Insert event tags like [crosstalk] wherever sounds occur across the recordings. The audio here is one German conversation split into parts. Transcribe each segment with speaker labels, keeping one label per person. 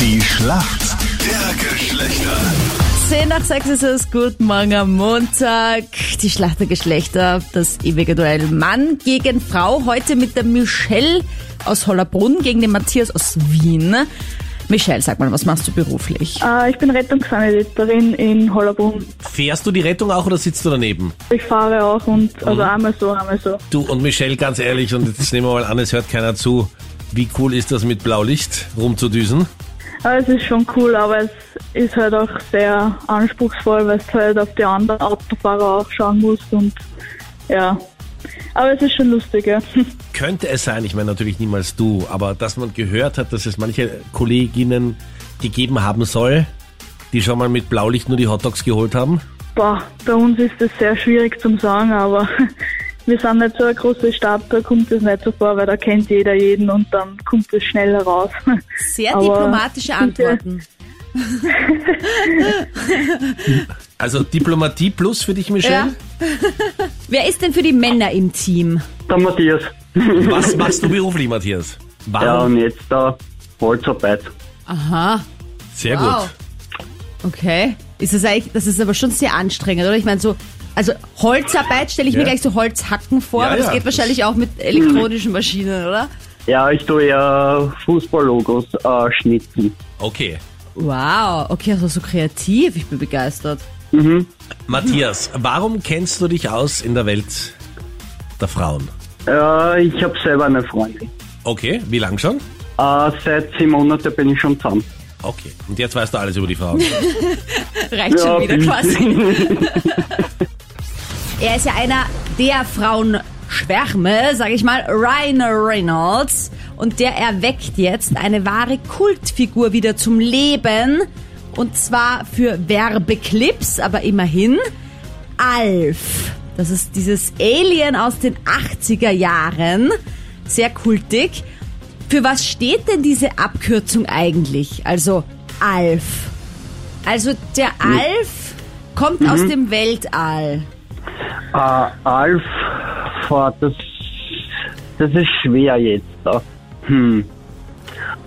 Speaker 1: Die Schlacht der Geschlechter.
Speaker 2: 10 nach 6 ist es. Guten Morgen am Montag. Die Schlacht der Geschlechter, das ewige Duell Mann gegen Frau. Heute mit der Michelle aus Hollerbrunn gegen den Matthias aus Wien. Michelle, sag mal, was machst du beruflich?
Speaker 3: Äh, ich bin Rettungssanitäterin in Hollerbrunn.
Speaker 4: Fährst du die Rettung auch oder sitzt du daneben?
Speaker 3: Ich fahre auch und also einmal so, einmal so.
Speaker 4: Du und Michelle, ganz ehrlich, und jetzt nehmen wir mal an, es hört keiner zu. Wie cool ist das mit Blaulicht rumzudüsen?
Speaker 3: Aber es ist schon cool, aber es ist halt auch sehr anspruchsvoll, weil es halt auf die anderen Autofahrer auch schauen muss und ja. Aber es ist schon lustig, ja. [laughs]
Speaker 4: Könnte es sein, ich meine natürlich niemals du, aber dass man gehört hat, dass es manche Kolleginnen gegeben haben soll, die schon mal mit Blaulicht nur die Hotdogs geholt haben?
Speaker 3: Boah, bei uns ist es sehr schwierig zum Sagen, aber [laughs] wir sind nicht so eine große Stadt, da kommt es nicht so vor, weil da kennt jeder jeden und dann kommt es schnell heraus.
Speaker 2: Sehr
Speaker 3: Aber-
Speaker 2: diplomatische Antworten.
Speaker 4: Also Diplomatie plus für dich, Michelle?
Speaker 2: Wer ist denn für die Männer im Team?
Speaker 5: Der Matthias.
Speaker 4: Was machst du beruflich, Matthias?
Speaker 5: Ja,
Speaker 4: Warum?
Speaker 5: und jetzt da halt Holzarbeit.
Speaker 2: Aha,
Speaker 4: Sehr gut.
Speaker 2: wow. Okay. Ist das, eigentlich, das ist aber schon sehr anstrengend, oder? Ich meine, so, also Holzarbeit stelle ich mir
Speaker 4: Ja.
Speaker 2: gleich so Holzhacken vor,
Speaker 4: Ja,
Speaker 2: aber das
Speaker 4: ja,
Speaker 2: geht
Speaker 4: das-
Speaker 2: wahrscheinlich auch mit elektronischen Maschinen, oder?
Speaker 5: Ja, ich tue ja Fußballlogos äh, schnitzen.
Speaker 4: Okay.
Speaker 2: Wow, okay, also so kreativ, ich bin begeistert.
Speaker 4: Matthias, warum kennst du dich aus in der Welt der Frauen?
Speaker 5: Äh, ich habe selber eine Freundin.
Speaker 4: Okay, wie lang schon?
Speaker 5: Äh, seit sieben Monaten bin ich schon zusammen.
Speaker 4: Okay, und jetzt weißt du alles über die Frauen.
Speaker 2: [laughs] Reicht schon
Speaker 5: Ja,
Speaker 2: wieder
Speaker 5: bin-
Speaker 2: quasi. [laughs] er ist ja einer der Frauenschwärme, sage ich mal, Ryan Reynolds. Und der erweckt jetzt eine wahre Kultfigur wieder zum Leben. Und zwar für Werbeclips, aber immerhin Alf. Das ist dieses Alien aus den 80er Jahren. Sehr kultig. Für was steht denn diese Abkürzung eigentlich? Also Alf. Also der Alf kommt aus
Speaker 5: Mhm.
Speaker 2: dem Weltall.
Speaker 5: Äh, Alf, boah, das, das ist schwer jetzt. da. Hm.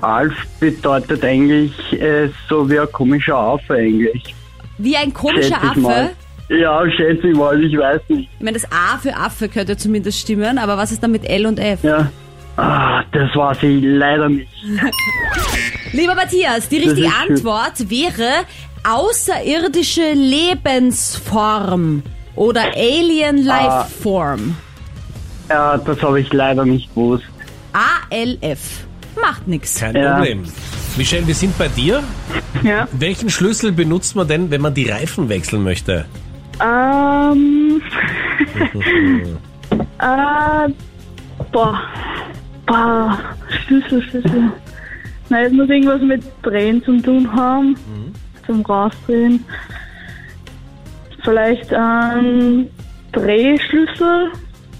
Speaker 5: Alf bedeutet eigentlich äh, so wie ein komischer Affe eigentlich.
Speaker 2: Wie ein komischer
Speaker 5: Schätze ich
Speaker 2: Affe.
Speaker 5: mal. Ja, schätze ich mal, ich weiß nicht.
Speaker 2: Ich meine, das A für Affe könnte zumindest stimmen, aber was ist dann mit L und F?
Speaker 5: Ja. Ah, das weiß ich leider nicht.
Speaker 2: Lieber Matthias, die richtige
Speaker 5: ist schön.
Speaker 2: Antwort wäre außerirdische Lebensform oder Alien
Speaker 5: Ah.
Speaker 2: Life Form.
Speaker 5: Ja, das habe ich leider nicht gewusst.
Speaker 2: ALF. Macht nix.
Speaker 4: Kein
Speaker 5: Ja.
Speaker 4: Problem. Michelle, wir sind bei dir.
Speaker 3: [laughs] ja.
Speaker 4: Welchen Schlüssel benutzt man denn, wenn man die Reifen wechseln möchte?
Speaker 3: Ähm. äh, boah. Boah. Schlüssel, Schlüssel. Nein, es muss irgendwas mit Drehen zu tun haben. Zum Rausdrehen. Vielleicht ein Drehschlüssel.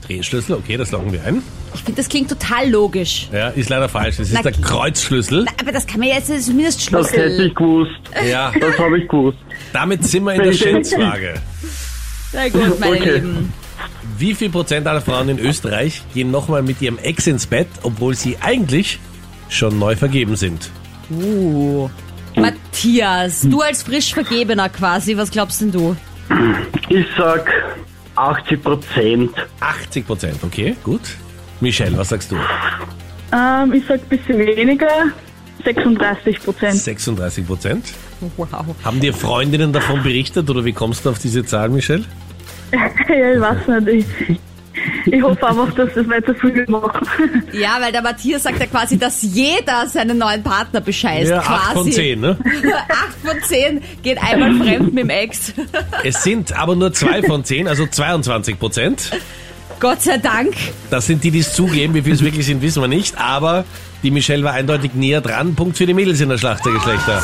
Speaker 4: Drehschlüssel, okay, das loggen wir ein.
Speaker 2: Ich finde, das klingt total logisch.
Speaker 4: Ja, ist leider falsch. Es
Speaker 2: Na,
Speaker 4: ist der Kreuzschlüssel.
Speaker 2: Aber das kann man jetzt zumindest
Speaker 5: Das hätte
Speaker 2: schlüsseln.
Speaker 5: ich gewusst.
Speaker 4: Ja,
Speaker 5: Das habe ich gewusst.
Speaker 4: damit sind wir in der Schätzfrage.
Speaker 2: Sehr [laughs] gut, meine
Speaker 5: Okay.
Speaker 2: Lieben.
Speaker 4: Wie viel Prozent aller Frauen in Österreich gehen nochmal mit ihrem Ex ins Bett, obwohl sie eigentlich schon neu vergeben sind?
Speaker 5: Uh.
Speaker 2: Matthias, du als frisch Vergebener quasi, was glaubst denn du?
Speaker 5: Ich sag 80 Prozent.
Speaker 4: 80 Prozent, okay, gut. Michelle, was sagst du?
Speaker 3: Ähm, ich sag ein bisschen weniger. 36 Prozent. [laughs]
Speaker 4: 36 Prozent.
Speaker 2: Wow.
Speaker 4: Haben dir Freundinnen davon berichtet oder wie kommst du auf diese Zahl, Michelle?
Speaker 3: ja, ich weiß nicht. Ich, ich hoffe einfach, dass das nicht so viel macht.
Speaker 2: Ja, weil der Matthias sagt ja quasi, dass jeder seinen neuen Partner bescheißt.
Speaker 4: ja,
Speaker 2: quasi.
Speaker 4: 8 von 10, ne?
Speaker 2: [laughs] Acht von zehn geht einmal fremd mit dem
Speaker 4: [laughs]
Speaker 2: Ex.
Speaker 4: Es sind aber nur 2 von 10, also 22 Prozent.
Speaker 2: Gott sei Dank.
Speaker 4: Das sind die, die es zugeben. Wie viel es wirklich sind, wissen wir nicht. Aber die Michelle war eindeutig näher dran. Punkt für die Mädels in der Schlacht der Geschlechter.